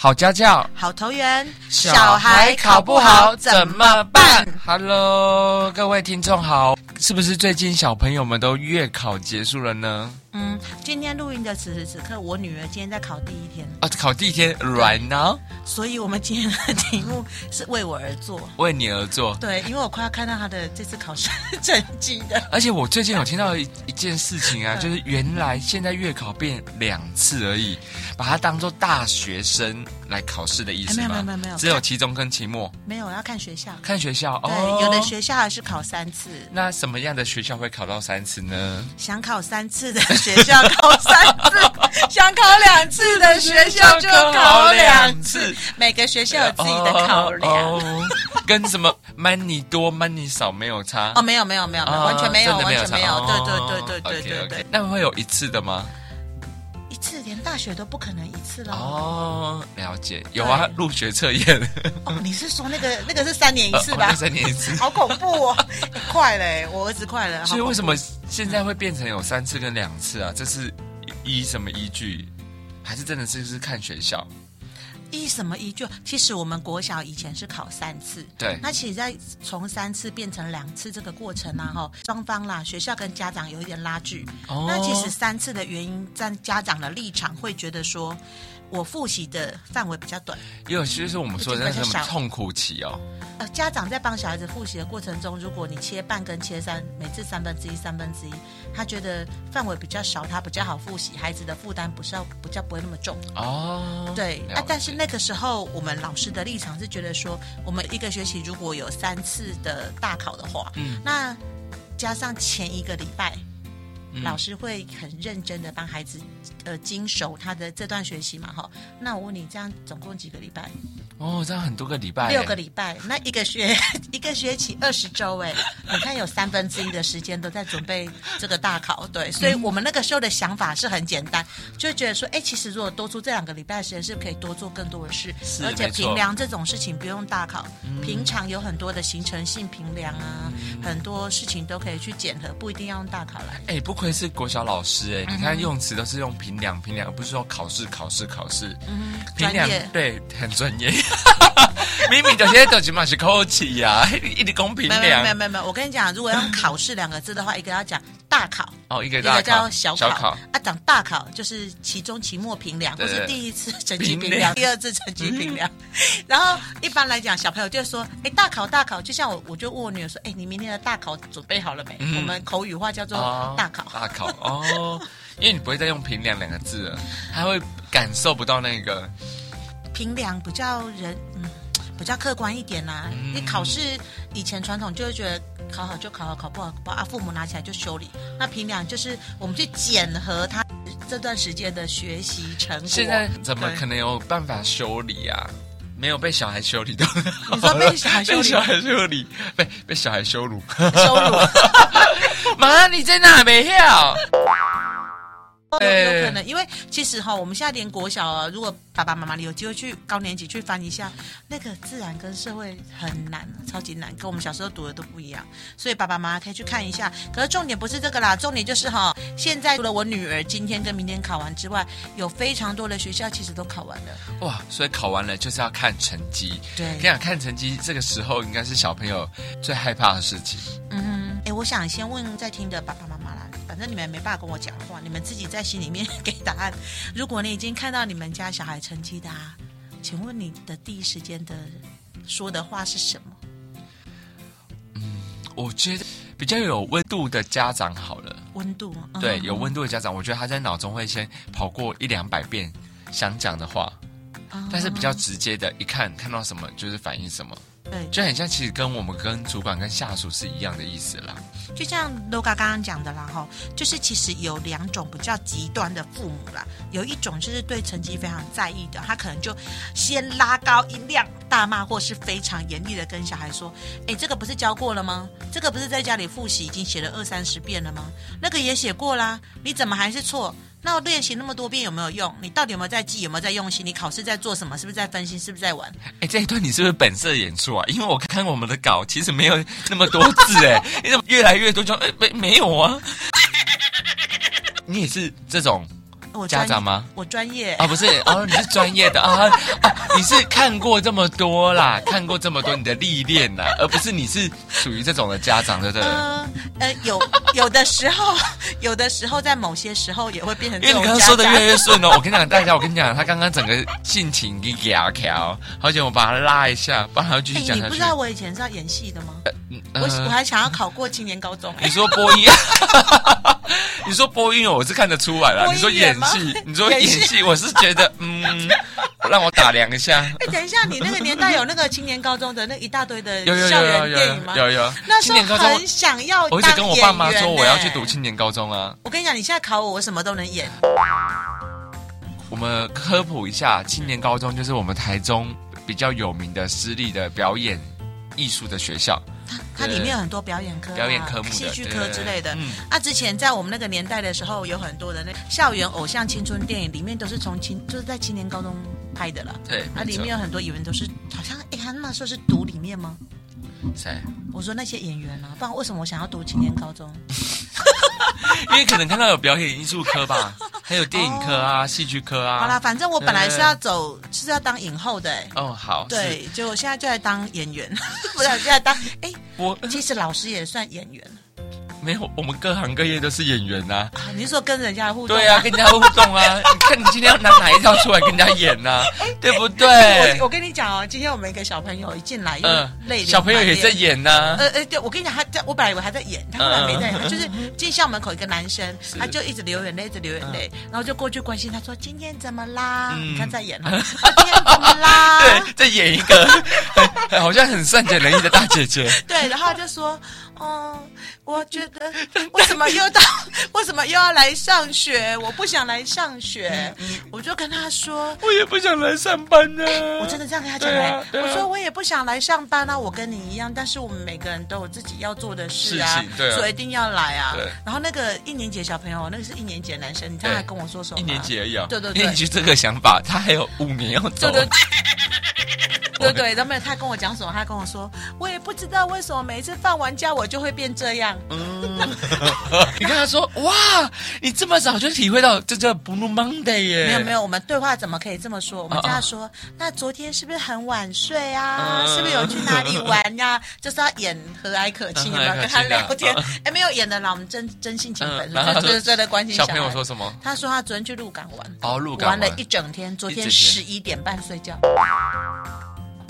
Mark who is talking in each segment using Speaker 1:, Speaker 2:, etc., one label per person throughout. Speaker 1: 好家教，
Speaker 2: 好投缘，
Speaker 1: 么办？Hello，各位听众好，是不是最近小朋友们都月考结束了呢？
Speaker 2: 嗯，今天录音的此时此刻，我女儿今天在考第一天，
Speaker 1: 啊，考第一天软呢，
Speaker 2: 所以我们今天的题目是为我而做。
Speaker 1: 为你而做。
Speaker 2: 对，因为我快要看到她的这次考试成绩的。
Speaker 1: 而且我最近有听到一一件事情
Speaker 2: 嗯
Speaker 1: 啊，就是原来现在月考变两次而已，把它当做大学生来考试的意思
Speaker 2: 哎
Speaker 1: 吗？
Speaker 2: 没有没有没有没有
Speaker 1: 只有期中跟期末，
Speaker 2: 没有，要看学校。
Speaker 1: 看学校
Speaker 2: 对，
Speaker 1: 哦。
Speaker 2: 有的学校还是考三次，
Speaker 1: 那什么样的学校会考到三次呢？
Speaker 2: 想考三次的学校考三次，想考两次的学校就考两次。每个学校有自己的考量。
Speaker 1: 哦哦跟什么 money 多 money 少没有差
Speaker 2: 哦，。没有没有没有，没有
Speaker 1: 哦
Speaker 2: 完全没有，
Speaker 1: 真的
Speaker 2: 完全
Speaker 1: 差
Speaker 2: 没有，
Speaker 1: 哦
Speaker 2: 对对对对对
Speaker 1: OK，OK
Speaker 2: 对对，
Speaker 1: 那会有一次的吗？
Speaker 2: 一次连大学都不可能一次了。哦
Speaker 1: 哦，了解，有啊，入学测验
Speaker 2: 哦你是说那个那个是三年一 次
Speaker 1: 哦那
Speaker 2: 吧？
Speaker 1: 三年一 次。
Speaker 2: 好恐怖哦！哎快嘞，我儿子快了。
Speaker 1: 所以
Speaker 2: 好
Speaker 1: 为什么现在会变成有三次跟两次啊？这是依什么依据？还是真的是是看学校？
Speaker 2: 依什么依据？其实我们国小以前是考三次，
Speaker 1: 对
Speaker 2: 那其实在从三次变成两次这个过程呢、啊，哈，双方啦，学校跟家长有一点拉锯。
Speaker 1: 哦
Speaker 2: 那其实三次的原因，站家长的立场会觉得说，我复习的范围比较短。
Speaker 1: 也有就是我们说的那
Speaker 2: 这
Speaker 1: 什
Speaker 2: 个
Speaker 1: 么
Speaker 2: 少
Speaker 1: 痛苦期哦，
Speaker 2: 呃，家长在帮小孩子复习的过程中，如果你切半跟切三，每次三分之一、三分之一，他觉得范围比较少，他比较好复习，孩子的负担不是要比较不会那么重。
Speaker 1: 哦，
Speaker 2: 对
Speaker 1: 了
Speaker 2: 啊，但是
Speaker 1: 解
Speaker 2: 那个时候我们老师的立场是觉得说，我们一个学期如果有三次的大考的话，
Speaker 1: 嗯
Speaker 2: 那加上前一个礼拜，
Speaker 1: 嗯
Speaker 2: 老师会很认真的帮孩子呃经手他的这段学习嘛，哈。那我问你，这样总共几个礼拜？
Speaker 1: 哦，这样很多个礼拜耶，
Speaker 2: 六个礼拜，那一个学 一个学期二十周，哎，你看有三分之一的时间都在准备这个大考，对，所以我们那个时候的想法是很简单，就觉得说，哎，其实如果多出这两个礼拜的时间，是不是可以多做更多的事
Speaker 1: 是，
Speaker 2: 而且
Speaker 1: 没错嗯
Speaker 2: 平量这种事情不用大考，平常有很多的形成性平量啊，很多事情都可以去检核，不一定要用大考来。
Speaker 1: 哎、不愧是国小老师哎、
Speaker 2: 嗯
Speaker 1: 你看用词都是用评量评量，而不是说考试考试考试。评量
Speaker 2: 嗯专业
Speaker 1: 对，很专业。明明就是都起码是考试呀，一直讲评
Speaker 2: 没有没有
Speaker 1: 量
Speaker 2: 没有没有没有，我跟你讲，如果用考试两个字的话，一个要讲大考，
Speaker 1: 哦，一个
Speaker 2: 一
Speaker 1: 大考
Speaker 2: 个叫小考，
Speaker 1: 小考
Speaker 2: 啊，讲大考就是期中、期末评量，
Speaker 1: 对
Speaker 2: 或
Speaker 1: 对
Speaker 2: 是
Speaker 1: 对
Speaker 2: 第一次成绩评
Speaker 1: 评量
Speaker 2: 量，第二次成绩 评量。然后一般来讲，小朋友就会说：“哎，大考大考。”就像我，我就问我女儿说：“哎，你明天的大考准备好了没？”
Speaker 1: 嗯
Speaker 2: 我们口语话叫做
Speaker 1: 哦
Speaker 2: 大考。
Speaker 1: 大考哦，因为你不会再用评量两个字了，他会感受不到那个
Speaker 2: 评量比较人，嗯，比较客观一点啦、
Speaker 1: 嗯
Speaker 2: 你考试以前传统就会觉得考好就考好，考不好考不好啊，父母拿起来就修理。那评量就是我们去检核他这段时间的学习成果。
Speaker 1: 现在怎么
Speaker 2: 对
Speaker 1: 可能有办法修理啊？没有被小孩修理到，
Speaker 2: 你说被 小孩
Speaker 1: 哦
Speaker 2: 修理
Speaker 1: 被小孩修理，被被小孩羞辱。
Speaker 2: 羞辱？
Speaker 1: 妈，你在哪没跳？
Speaker 2: 哦有
Speaker 1: 哎
Speaker 2: 有可能，因为其实哈，我们现在连国小啊，如果爸爸妈妈你有机会去高年级去翻一下，那个自然跟社会很难，超级难，跟我们小时候读的都不一样。所以爸爸妈妈可以去看一下。可是重点不是这个啦，重点就是哈，现在除了我女儿今天跟明天考完之外，有非常多的学校其实都考完了。
Speaker 1: 哇，所以考完了就是要看成绩。
Speaker 2: 对
Speaker 1: 跟你讲，看成绩这个时候应该是小朋友最害怕的事情。
Speaker 2: 嗯，哎，我想先问在听的爸爸妈妈啦，反正你们也没办法跟我讲话，你们自己在心里面给答案。如果你已经看到你们家小孩成绩的、啊，请问你的第一时间的说的话是什么？
Speaker 1: 我觉得比较有温度的家长好了，
Speaker 2: 温度吗？嗯
Speaker 1: 对，有温度的家长，我觉得他在脑中会先跑过一两百遍想讲的话，
Speaker 2: 嗯
Speaker 1: 但是比较直接的，一看看到什么就是反应什么，
Speaker 2: 对，
Speaker 1: 就很像其实跟我们跟主管跟下属是一样的意思啦。
Speaker 2: 就像 Loga 刚刚讲的啦，哈，就是其实有两种比较极端的父母啦，有一种就是对成绩非常在意的，他可能就先拉高音量大骂，或是非常严厉的跟小孩说：“哎，这个不是教过了吗？这个不是在家里复习已经写了二三十遍了吗？那个也写过啦，你怎么还是错？”那我练习那么多遍有没有用？你到底有没有在记？有没有在用心？你考试在做什么？是不是在分心？是不是在玩？
Speaker 1: 哎，这一段你是不是本色演出啊？因为我看我们的稿其实没有那么多字哎，你怎么越来越多就哎没没有啊？你也是这种
Speaker 2: 我专
Speaker 1: 家长吗？
Speaker 2: 我专业
Speaker 1: 啊，不是哦，你是专业的啊啊，你是看过这么多啦，看过这么多你的历练啦，而不是你是属于这种的家长，对不对？
Speaker 2: 呃呃，有有的时候， 有的时候在某些时候也会变成
Speaker 1: 因为你
Speaker 2: 这种
Speaker 1: 刚刚
Speaker 2: 家
Speaker 1: 说的越来
Speaker 2: 长。
Speaker 1: 越顺哦，我跟你讲，大家，我跟你讲，他刚刚整个性情给调调，哦好险我把他拉一下，不然他要继续
Speaker 2: 哎，
Speaker 1: 讲
Speaker 2: 你
Speaker 1: 下
Speaker 2: 不
Speaker 1: 去
Speaker 2: 知。道我以前是要演戏的吗？我我
Speaker 1: 呃
Speaker 2: 还想要考过青年高中。哎
Speaker 1: 你说播音， 你说播音哦，我是看得出来了。
Speaker 2: 播
Speaker 1: 你
Speaker 2: 音
Speaker 1: 说演
Speaker 2: 员吗
Speaker 1: 戏，你说
Speaker 2: 演
Speaker 1: 演
Speaker 2: 戏
Speaker 1: 戏，我是觉得嗯，让我打量一 下，
Speaker 2: 哎，等一下，你那个年代有那个青年高中的那一大堆的
Speaker 1: 有有
Speaker 2: 校
Speaker 1: 有
Speaker 2: 园
Speaker 1: 有有
Speaker 2: 电影吗？
Speaker 1: 有有。
Speaker 2: 那时
Speaker 1: 青
Speaker 2: 候
Speaker 1: 年高中
Speaker 2: 很想要
Speaker 1: 我一
Speaker 2: 当
Speaker 1: 直
Speaker 2: 演
Speaker 1: 跟我爸妈说
Speaker 2: 员
Speaker 1: 我要
Speaker 2: 呢
Speaker 1: 去读青年高中啊。
Speaker 2: 我跟你讲，你现在考我，我什么都能演。
Speaker 1: 我们科普一下，青年高中就是我们台中比较有名的私立的表演艺术的学校，
Speaker 2: 它里面有很多表演科、啊、
Speaker 1: 表演科目的
Speaker 2: 戏剧科之类的
Speaker 1: 对。嗯
Speaker 2: 啊，之前在我们那个年代的时候，有很多的那校园偶像青春电影，里面都是从青就是在青年高中拍的了。
Speaker 1: 对，
Speaker 2: 啊，
Speaker 1: 没
Speaker 2: 里
Speaker 1: 错
Speaker 2: 面有很多演员都是好像哎，他那时候是读里面吗？
Speaker 1: 谁？
Speaker 2: 我说那些演员啊，不然为什么我想要读青年高中？
Speaker 1: 因为可能看到有表演艺术科吧，还有电影科啊、戏剧科啊。
Speaker 2: 哦好啦，反正我本来是要走是要当影后的、哎
Speaker 1: 哦，好，是
Speaker 2: 对，结果现在就在当演员， 不是现在当哎，
Speaker 1: 我
Speaker 2: 其实老师也算演员
Speaker 1: 没有，我们各行各业都是演员呐、啊。
Speaker 2: 啊。你是说跟人家的互动？
Speaker 1: 对啊，跟人家互动 啊，你看你今天要拿哪一张出来跟人家演呐、啊，对不对？
Speaker 2: 哎我我跟你讲哦，今天我们一个小朋友一进来，又
Speaker 1: 嗯、
Speaker 2: 累、
Speaker 1: 小朋友也在。演啊呐、
Speaker 2: 呃呃，对，我跟你讲，他在我本来以为他在演，他后来没在演，
Speaker 1: 嗯
Speaker 2: 就是进校门口一个男生，他就一直流眼泪，一直流眼泪，然后就过去关心他说：“今天怎么啦？”
Speaker 1: 嗯
Speaker 2: 你看在演哦，啊今天怎么啦？
Speaker 1: 对，在演一个 很好像很善解人意的大姐 姐。
Speaker 2: 对，然后他就说：“哦，我觉得为什么又到，为什么又要来上学？我不想来上学。”
Speaker 1: 嗯
Speaker 2: 我就跟他说：“
Speaker 1: 我也不想来上班呢、
Speaker 2: 我真的这样跟他讲
Speaker 1: 对
Speaker 2: 哎、
Speaker 1: 啊对啊
Speaker 2: 我说我也不想来上班啊，我跟你一样，但是我们每个人都有自己要做的事啊，
Speaker 1: 事情对啊
Speaker 2: 所以一定要来啊
Speaker 1: 对。
Speaker 2: 然后那个一年级的小朋友，那个是一年级的男生，你知道
Speaker 1: 对
Speaker 2: 他跟我说什么
Speaker 1: 一
Speaker 2: 吗？
Speaker 1: 年级而已啊、
Speaker 2: 对对
Speaker 1: 一
Speaker 2: 对
Speaker 1: 年级这个想法，他还有五年要走
Speaker 2: 对。对。 对对，然后他跟我讲什么？他跟我说，我也不知道为什么每一次放完假我就会变这样。
Speaker 1: 你跟他说哇，你这么早就体会到这叫 Blue Monday 耶？
Speaker 2: 没有没有，我们对话怎么可以这么说？我们
Speaker 1: 啊
Speaker 2: 跟
Speaker 1: 啊
Speaker 2: 他说，那昨天是不是很晚睡啊？
Speaker 1: 嗯
Speaker 2: 是不是有去哪里玩呀、 就是要演和蔼可亲，
Speaker 1: 嗯
Speaker 2: 有没有跟
Speaker 1: 和
Speaker 2: 他
Speaker 1: 蔼可亲啊
Speaker 2: 聊天？哎，没有演的啦，我们真真性情本
Speaker 1: 嗯
Speaker 2: 色，
Speaker 1: 然后他
Speaker 2: 就
Speaker 1: 说
Speaker 2: 是真的关心
Speaker 1: 小
Speaker 2: 孩
Speaker 1: 朋友说。什么？
Speaker 2: 他说他昨天去鹿港玩，
Speaker 1: 哦鹿港
Speaker 2: 玩
Speaker 1: 玩
Speaker 2: 了一整天，昨天
Speaker 1: 一整
Speaker 2: 十
Speaker 1: 天
Speaker 2: 一点半睡觉。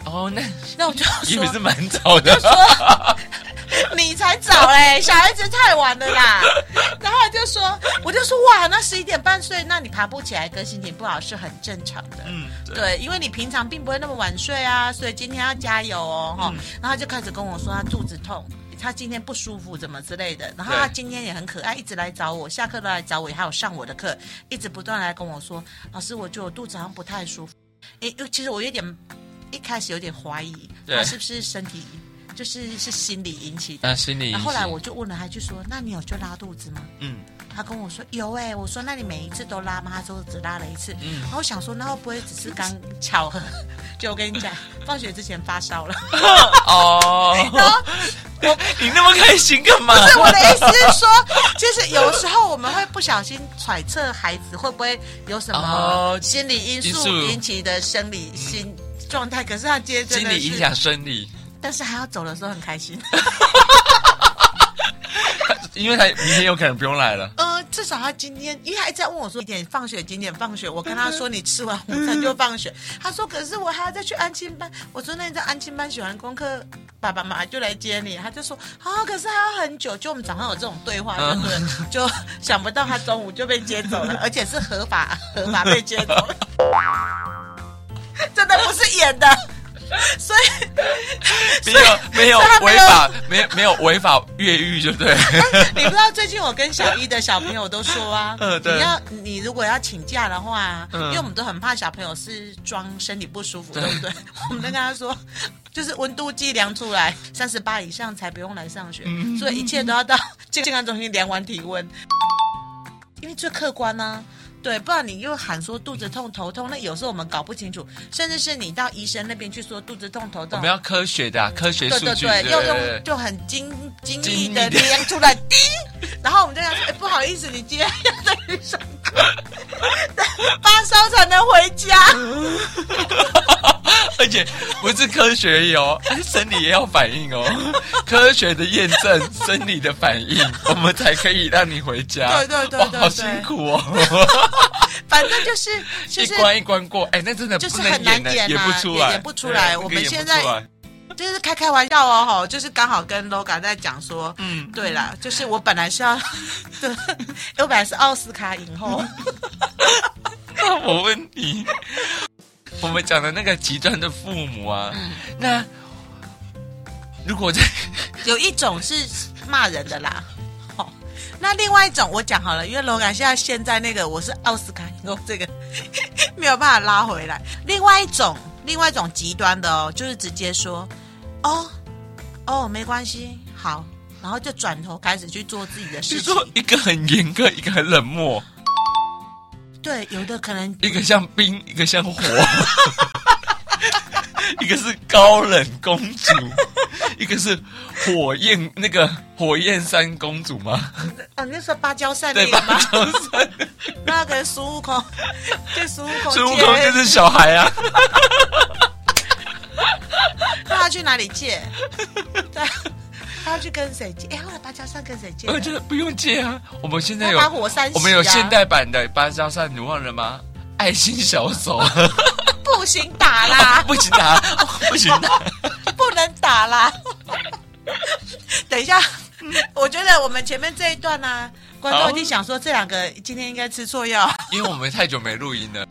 Speaker 1: 哦，那
Speaker 2: 那我就
Speaker 1: 也
Speaker 2: 说，
Speaker 1: 是蛮早的。
Speaker 2: 你才 早嘞，小孩子太晚了啦。然后他就说，我就说哇，那十一点半睡，那你爬不起来跟心情不好是很正常的。
Speaker 1: 嗯，对，
Speaker 2: 对，因为你平常并不会那么晚睡啊，所以今天要加油哦，
Speaker 1: 嗯
Speaker 2: 哈、然后他就开始跟我说他肚子痛，他今天不舒服，怎么之类的。然后他
Speaker 1: 对
Speaker 2: 今天也很可爱，一直来找我，下课都来找我，还有上我的课，一直不断地来跟我说，老师，我觉得我肚子好像不太舒服。诶，因为其实我有点一开始有点怀疑，
Speaker 1: 对
Speaker 2: 他是不是身体就是是心理引起的。
Speaker 1: 那啊心理
Speaker 2: 然
Speaker 1: 阴
Speaker 2: 啊后后来
Speaker 1: 影
Speaker 2: 我就问了他，就说：“那你有就拉肚子吗？”
Speaker 1: 嗯，
Speaker 2: 他跟我说有哎、我说那你每一次都拉吗？他说只拉了一次。
Speaker 1: 嗯
Speaker 2: 然后我想说那会不会只是刚巧 合？就我跟你讲，放学之前发烧了。
Speaker 1: 哦， 你那么开心干嘛？
Speaker 2: 对，我的意思是说，就是有时候我们会不小心揣测孩子会不会有什么
Speaker 1: 哦
Speaker 2: 心理因
Speaker 1: 因
Speaker 2: 素
Speaker 1: 素嗯
Speaker 2: 引起的生理心状态，可是他今天真
Speaker 1: 心
Speaker 2: 的
Speaker 1: 理影
Speaker 2: 是，
Speaker 1: 响生理，
Speaker 2: 但是还要走的时候很开心。
Speaker 1: 因为他明天有可能不用来了。
Speaker 2: 呃，至少他今天，因为他一直在问我说几点放学，几点放学。我跟他说你吃完午餐就放学。他说可是我还要再去安亲班。我说那你在安亲班写完功课，爸爸妈妈就来接你。他就说啊，可是还要很久。就我们早上有这种对话，对不对？就想不到他中午就被接走了，而且是合法合法被接走了，真的不是演的。所以
Speaker 1: 没有没有
Speaker 2: 所以他没
Speaker 1: 违
Speaker 2: 有
Speaker 1: 法，没没有违法越狱，就 对。
Speaker 2: 你不知道最近我跟小一的小朋友都说啊，
Speaker 1: 嗯对
Speaker 2: 你要你如果要请假的话啊，
Speaker 1: 嗯
Speaker 2: 因为我们都很怕小朋友是装身体不舒服，对
Speaker 1: 对
Speaker 2: 不对？ 我们都跟他说，就是温度计量出来三十八以上才不用来上学，
Speaker 1: 嗯
Speaker 2: 所以一切都要到健康中心量完体温，因为最客观呢、对，不然你又喊说肚子痛、头痛，那有时候我们搞不清楚，甚至是你到医生那边去说肚子痛、头
Speaker 1: 我
Speaker 2: 痛
Speaker 1: 们，要科学的啊，科学
Speaker 2: 对
Speaker 1: 数
Speaker 2: 对
Speaker 1: 据，
Speaker 2: 对，要
Speaker 1: 对
Speaker 2: 用就很精精密
Speaker 1: 精密
Speaker 2: 的
Speaker 1: 的
Speaker 2: 量出来滴，然后我们就要说、哎不好意思，你今天要在上课。 发烧才能回家。
Speaker 1: 而且不是科学而已哦，生理也要反应 哦，科学的验证生理的反应，我们才可以让你回家。
Speaker 2: 对对对
Speaker 1: 哇
Speaker 2: 对
Speaker 1: 好
Speaker 2: 对
Speaker 1: 辛苦哦，
Speaker 2: 反正就是 就
Speaker 1: 一
Speaker 2: 是
Speaker 1: 关一关过，哎，那真的
Speaker 2: 就是
Speaker 1: 不
Speaker 2: 很
Speaker 1: 能
Speaker 2: 难
Speaker 1: 演的，
Speaker 2: 演
Speaker 1: 演
Speaker 2: 啊
Speaker 1: 不出来，
Speaker 2: 也演不出来
Speaker 1: 对
Speaker 2: 我
Speaker 1: 那个
Speaker 2: 们
Speaker 1: 演
Speaker 2: 现
Speaker 1: 不出
Speaker 2: 在
Speaker 1: 来
Speaker 2: 就是开开玩笑哦，吼，就是刚好跟 LOGA 在讲说，
Speaker 1: 嗯，
Speaker 2: 对啦，就是我本来是要， 对，我本来是奥斯卡影后，
Speaker 1: 那 我问你，我们讲的那个极端的父母啊，
Speaker 2: 嗯
Speaker 1: 那如果在
Speaker 2: 有一种是骂人的啦。吼那另外一种我讲好了，因为罗感现在现在那个我是奥斯卡 影后，这个没有办法拉回来。另外一种，另外一种极端的哦，就是直接说，哦哦，没关系，好，然后就转头开始去做自己的
Speaker 1: 是
Speaker 2: 事情。
Speaker 1: 说一个很严格，一个很冷漠，
Speaker 2: 对，有的可能
Speaker 1: 一个像冰，一个像火， 一个是高冷公主，一个是火焰那个火焰山公主吗？
Speaker 2: 啊，那时候芭蕉扇那
Speaker 1: 对
Speaker 2: 个
Speaker 1: 吧
Speaker 2: 吗？？
Speaker 1: 就是
Speaker 2: 那个孙悟空，就孙悟空，
Speaker 1: 孙悟空就是小孩啊，
Speaker 2: 那他去哪里借？对，他要去跟谁借？哎、他的芭蕉扇跟谁借的？
Speaker 1: 我觉得不用借啊。我们现在
Speaker 2: 要
Speaker 1: 有
Speaker 2: 把火山、啊，
Speaker 1: 我们有现代版的芭蕉扇，你忘了吗？爱心小手，
Speaker 2: 不行打啦，
Speaker 1: 不行 打，不行打，
Speaker 2: 不能打啦。 等一下，我觉得我们前面这一段呢、啊，观众一定想说这两个今天应该吃错药。
Speaker 1: 因为我们太久没录音了，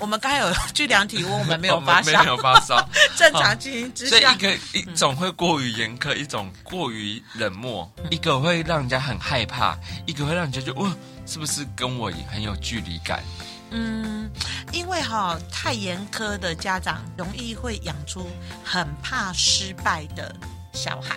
Speaker 2: 我们刚才有去量体温，我 们没
Speaker 1: 我
Speaker 2: 有
Speaker 1: 们
Speaker 2: 发
Speaker 1: 没
Speaker 2: 烧
Speaker 1: 有，发 烧，
Speaker 2: 正常进行之
Speaker 1: 所以
Speaker 2: 下
Speaker 1: 一，个一种会过于严苛，一种过于冷漠，
Speaker 2: 嗯
Speaker 1: 一个会让人家很害怕，一个会让人家就哇，是不是跟我也很有距离感？
Speaker 2: 嗯，因为哈、太严苛的家长容易会养出很怕失败的小孩，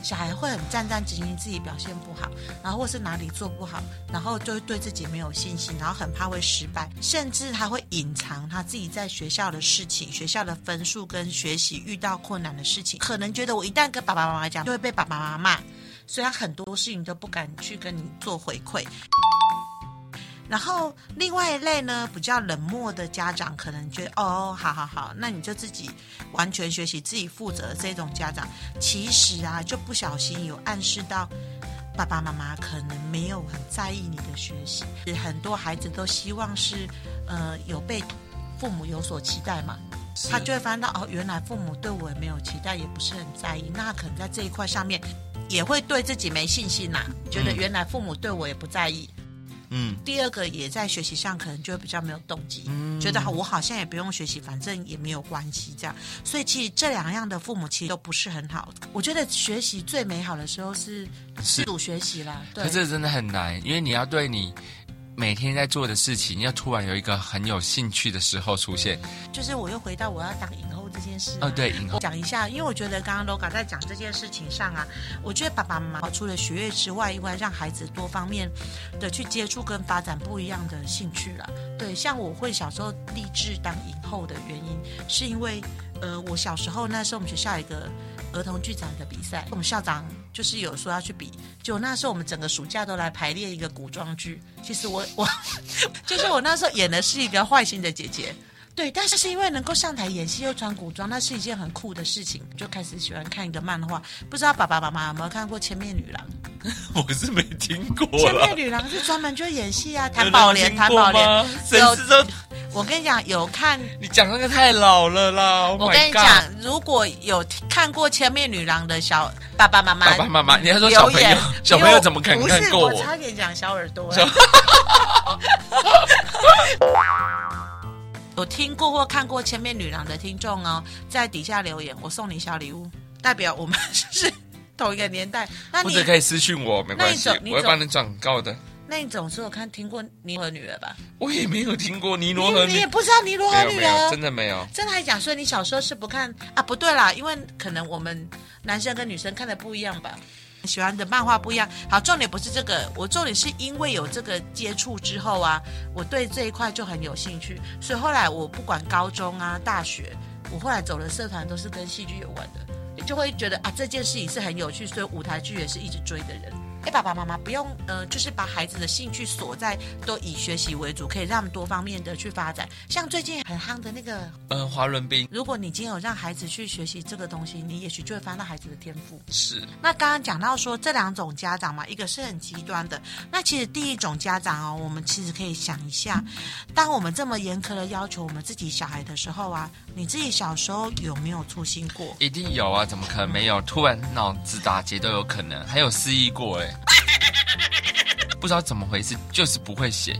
Speaker 2: 小孩会很战战兢兢，自己表现不好，然后或是哪里做不好，然后就会对自己没有信心，然后很怕会失败，甚至他会隐藏他自己在学校的事情、学校的分数跟学习遇到困难的事情，可能觉得我一旦跟爸爸妈妈讲，就会被爸爸妈妈骂，所以他很多事情都不敢去跟你做回馈。然后另外一类呢，比较冷漠的家长，可能觉得哦，好好好，那你就自己完全学习，自己负责。这种家长其实啊，就不小心有暗示到爸爸妈妈可能没有很在意你的学习。很多孩子都希望是呃有被父母有所期待嘛，他就会发现到哦，原来父母对我也没有期待，也不是很在意。那他可能在这一块上面也会对自己没信心呐、觉得
Speaker 1: 嗯
Speaker 2: 原来父母对我也不在意。
Speaker 1: 嗯，
Speaker 2: 第二个也在学习上可能就会比较没有动机，
Speaker 1: 嗯
Speaker 2: 觉得好我好像也不用学习，反正也没有关系这样。所以其实这两样的父母其实都不是很好。我觉得学习最美好的时候是自主学习啦，对
Speaker 1: 可，这真的很难，因为你要对你。每天在做的事情，要突然有一个很有兴趣的时候出现。
Speaker 2: 就是我又回到我要当影后这件事、
Speaker 1: 哦，。对，影后
Speaker 2: 讲一下，因为我觉得刚刚 LOGA 在讲这件事情上啊，我觉得爸爸妈妈除了学业之外，应该让孩子多方面的去接触跟发展不一样的兴趣啦。对，像我会小时候立志当影后的原因，是因为呃，我小时候那时候我们学校有一个儿童剧展的比赛，我们校长就是有说要去比，就那时候我们整个暑假都来排练一个古装剧。其实我 我就是我那时候演的是一个坏心的姐姐。对，但是是因为能够上台演戏又穿古装，那是一件很酷的事情，就开始喜欢看一个漫画。不知道爸爸妈妈有没有看过《千面女郎》？
Speaker 1: 我是没听过
Speaker 2: 《千
Speaker 1: 啦
Speaker 2: 面女郎》是专门就演戏啊，
Speaker 1: 有
Speaker 2: 谭宝莲，
Speaker 1: 人
Speaker 2: 谭
Speaker 1: 听过
Speaker 2: 宝莲
Speaker 1: 吗。谁知道？
Speaker 2: 我跟你讲，有看
Speaker 1: 你讲那个太老了啦！Oh
Speaker 2: 我
Speaker 1: my
Speaker 2: 跟你
Speaker 1: God
Speaker 2: 讲，，如果有看过《千面女郎》的小爸爸妈妈，
Speaker 1: 爸爸妈妈，你还说小朋
Speaker 2: 留言
Speaker 1: 友， 小朋
Speaker 2: 因为
Speaker 1: 友
Speaker 2: 我
Speaker 1: 怎么可能
Speaker 2: 不
Speaker 1: 看
Speaker 2: 是，
Speaker 1: 过
Speaker 2: 我
Speaker 1: 我？
Speaker 2: 差点讲小耳朵
Speaker 1: 小。
Speaker 2: 有听过或看过《千面女郎》的听众哦，在底下留言，我送你小礼物，代表我们是同一个年代。那
Speaker 1: 或
Speaker 2: 你
Speaker 1: 者可以私讯我，没关系
Speaker 2: 那你，总
Speaker 1: 我会帮你转告的。
Speaker 2: 那你总是有看听过《尼罗河女儿》吧？
Speaker 1: 我也没有听过尼罗河
Speaker 2: 你你
Speaker 1: 女
Speaker 2: 也，不知道《尼罗河
Speaker 1: 没有
Speaker 2: 女
Speaker 1: 没
Speaker 2: 儿》
Speaker 1: 有，真的没有。
Speaker 2: 真的还讲说你小时候是不看啊？不对啦，因为可能我们男生跟女生看的不一样吧，喜欢的漫画不一样。好，重点不是这个，我重点是因为有这个接触之后啊，我对这一块就很有兴趣，所以后来我不管高中啊、大学，我后来走的社团都是啊跟戏剧有关的，就会觉得啊这件事情是很有趣，所以舞台剧也是一直追的人。哎、哎，爸爸妈妈不用呃，就是把孩子的兴趣所在都以学习为主，可以让他们多方面的去发展。像最近很夯的那个，
Speaker 1: 嗯，滑轮冰
Speaker 2: 如果你今天有让孩子去学习这个东西，你也许就会发现到孩子的天赋。
Speaker 1: 是
Speaker 2: 那刚刚讲到说这两种家长嘛，一个是很极端的，那其实第一种家长哦，我们其实可以想一下，当我们这么严苛的要求我们自己小孩的时候啊，你自己小时候有没有粗心过？
Speaker 1: 一定有啊，怎么可能没有？突然脑子打结都有可能，还有失忆过哎、 不知道怎么回事，就是不会写，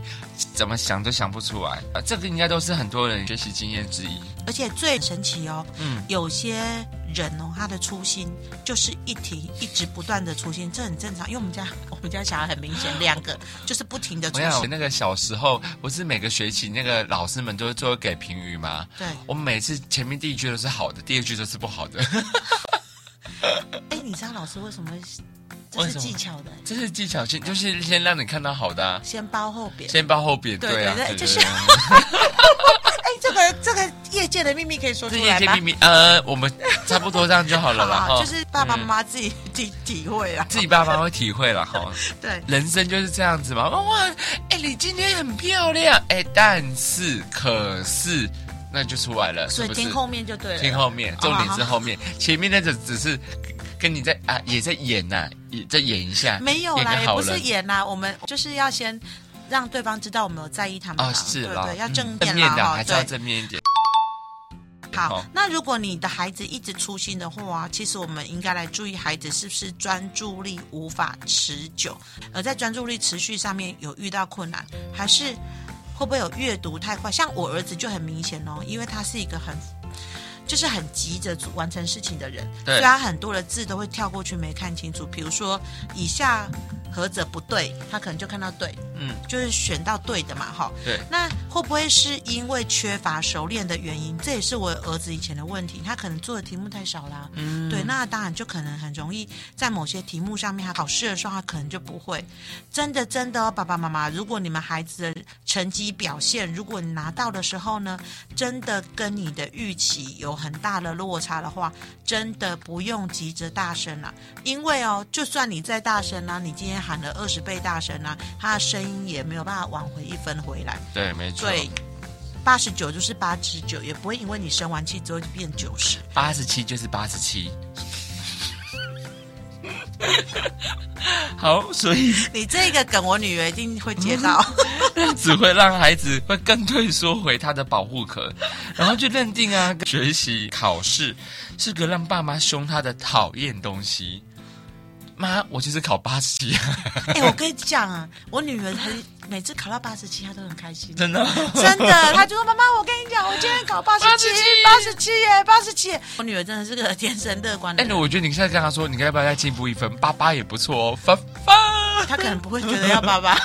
Speaker 1: 怎么想都想不出来啊！这个应该都是很多人学习经验之一。
Speaker 2: 而且最神奇哦，
Speaker 1: 嗯，
Speaker 2: 有些人哦，他的粗心就是一题一直不断的粗心，这很正常，因为我们家我们家小孩很明显两个就是不停的粗
Speaker 1: 我想
Speaker 2: 心，
Speaker 1: 那个小时候，不是每个学期那个老师们都会最后给评语吗？
Speaker 2: 对。
Speaker 1: 我每次前面第一句都是好的，第二句都是不好的，
Speaker 2: 哎，你知道老师为什么会？这
Speaker 1: 为
Speaker 2: 是
Speaker 1: 什么
Speaker 2: 技巧的，
Speaker 1: 这是技巧性，就是先让你看到好的、啊，
Speaker 2: 先包后扁。
Speaker 1: 先包后扁，
Speaker 2: 对
Speaker 1: 啊，
Speaker 2: 对对
Speaker 1: 对
Speaker 2: 就是
Speaker 1: 对
Speaker 2: 哎，这个这个业界的秘密可以说
Speaker 1: 这
Speaker 2: 出
Speaker 1: 业
Speaker 2: 来
Speaker 1: 界
Speaker 2: 吗
Speaker 1: 秘？密，呃，我们差不多这样就好了啦。
Speaker 2: 好，
Speaker 1: 哈嗯
Speaker 2: 就是爸爸妈妈自己、自己体会啦。
Speaker 1: 自己爸妈会体会了哈。
Speaker 2: 对，
Speaker 1: 人生就是这样子嘛。哇哇，哎、你今天很漂亮，哎、但是可是，那就出来了，
Speaker 2: 所以
Speaker 1: 是不是
Speaker 2: 听后面就对了。
Speaker 1: 听后面，重点是
Speaker 2: 好
Speaker 1: 后面，前面那个只是跟你在啊也在演呐、也在演一下，
Speaker 2: 没有
Speaker 1: 演
Speaker 2: 啦，
Speaker 1: 个
Speaker 2: 也
Speaker 1: 好
Speaker 2: 不
Speaker 1: 人
Speaker 2: 是演啦，我们就是要先让对方知道我们有在意他们啦
Speaker 1: 哦，是
Speaker 2: 对
Speaker 1: 啦，
Speaker 2: 啊对，要
Speaker 1: 嗯
Speaker 2: 正
Speaker 1: 正
Speaker 2: 面啦
Speaker 1: 的，
Speaker 2: 哈
Speaker 1: 还是要
Speaker 2: 对。
Speaker 1: 正面一点。
Speaker 2: 好
Speaker 1: 好，
Speaker 2: 那如果你的孩子一直粗心的话，其实我们应该来注意孩子是不是专注力无法持久，而在专注力持续上面有遇到困难，还是会不会有阅读太快？像我儿子就很明显哦，因为他是一个很。就是很急着完成事情的人，
Speaker 1: 对
Speaker 2: 所以他很多的字都会跳过去没看清楚。比如说以下何者不对，他可能就看到对，
Speaker 1: 嗯，
Speaker 2: 就是选到对的嘛，哈。
Speaker 1: 对。
Speaker 2: 那会不会是因为缺乏熟练的原因？这也是我儿子以前的问题，他可能做的题目太少啦。嗯。对，那当然就可能很容易在某些题目上面，他考试的时候他可能就不会。真的真的哦，爸爸妈妈，如果你们孩子的成绩表现，如果你拿到的时候呢，真的跟你的预期有很大的落差的话，真的不用急着大声了、因为哦，就算你再大声啦、你今天喊了二十倍大声啦、他的声音也没有办法挽回一分回来。
Speaker 1: 对，没错。
Speaker 2: 对，八十九就是八十九，也不会因为你生完气之后就变九十。
Speaker 1: 八十七就是八十七。好，所以
Speaker 2: 你这个梗，我女儿一定会接 到。
Speaker 1: 只会让孩子会更退缩回他的保护壳，然后就认定啊，学习考试是个让爸妈凶他的讨厌东西。妈，我就是考八十七啊，
Speaker 2: 哎、我跟你讲啊，我女儿很每次考到八十七，她都很开 心。
Speaker 1: 真的。
Speaker 2: 真的，他就说：“妈妈，我跟你讲，我今天考八十七，八十七耶，八十七。”我女儿真的是个天生乐观的
Speaker 1: 哎，
Speaker 2: 人，
Speaker 1: 那我觉得你现在跟他说，你要不要再进步一分？八八也不错哦，发发。
Speaker 2: 她可能不会觉得要爸爸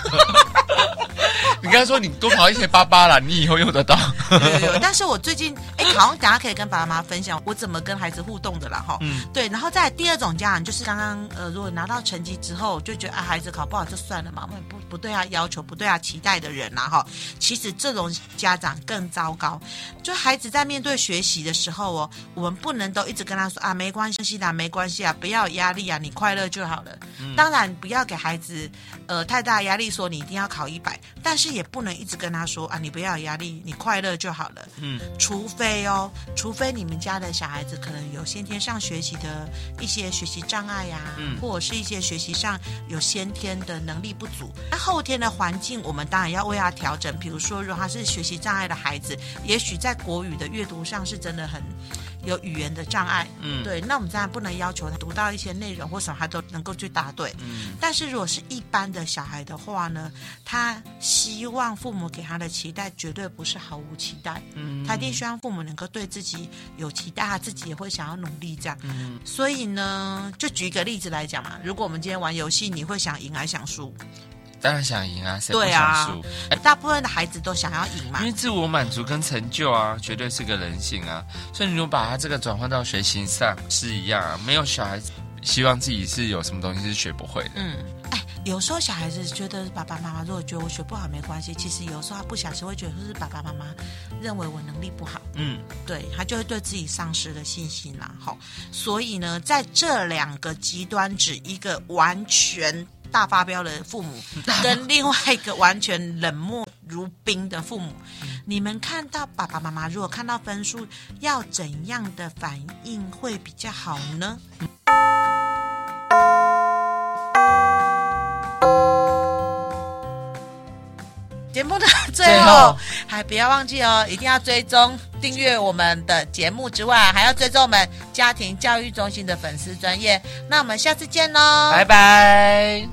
Speaker 1: 你跟他说，你多考一些八八啦，你以后用得到。
Speaker 2: 有有 有但是我最近，哎、好像等下可以跟爸爸妈妈分享我怎么跟孩子互动的啦，哈。
Speaker 1: 嗯
Speaker 2: 对，然后再来第二种家长就是刚刚呃，如果拿到成绩之后就觉得啊，孩子考不好就算了嘛，我们不不对他要求，不对他期待的人啦、哈。其实这种家长更糟糕，就孩子在面对学习的时候哦，我们不能都一直跟他说啊，没关系啦，没关系啊，不要有压力啊，你快乐就好了。当然不要给孩子呃太大的压力，说你一定要考一百，但是也不能一直跟他说啊，你不要有压力，你快乐就好了。
Speaker 1: 嗯，
Speaker 2: 除非哦，除非你们家的小孩子可能有先天上学习的一些学习障碍呀、
Speaker 1: 嗯
Speaker 2: 或者是一些学习上有先天的能力不足，那后天的环境我们当然要为他调整。比如说，如果他是学习障碍的孩子，也许在国语的阅读上是真的很有语言的障碍，
Speaker 1: 嗯
Speaker 2: 对，那我们当然不能要求他读到一些内容或什么他都能够去答对，
Speaker 1: 嗯
Speaker 2: 但是如果是一般的小孩的话呢，他希望父母给他的期待绝对不是毫无期待，
Speaker 1: 嗯
Speaker 2: 他一定希望父母能够对自己有期待，他自己也会想要努力这样。所以呢，就举一个例子来讲嘛，如果我们今天玩游戏，你会想赢还是想输？
Speaker 1: 当然想赢啊，谁不
Speaker 2: 对
Speaker 1: 想
Speaker 2: 啊
Speaker 1: 输？
Speaker 2: 大部分的孩子都想要赢嘛
Speaker 1: 因。为自我满足跟成就啊，绝对是个人性啊。所以你如果把它这个转换到学习上是一样啊，没有小孩子希望自己是有什么东西是学不会的。
Speaker 2: 嗯，哎，有时候小孩子觉得爸爸妈妈如果觉得我学不好没关系，其实有时候他不小心会觉得是爸爸妈妈认为我能力不好。
Speaker 1: 嗯，
Speaker 2: 对他就会对自己丧失了信心啦。好，所以呢，在这两个极端值，一个完全大发飙的父母，跟另外一个完全冷漠如冰的父母，你们看到爸爸妈妈如果看到分数，要怎样的反应会比较好呢？节目的最
Speaker 1: 最
Speaker 2: 后
Speaker 1: 后，
Speaker 2: 还不要忘记哦，一定要追踪订阅我们的节目之外，还要追踪我们家庭教育中心的粉丝专业。那我们下次见喽，
Speaker 1: 拜拜。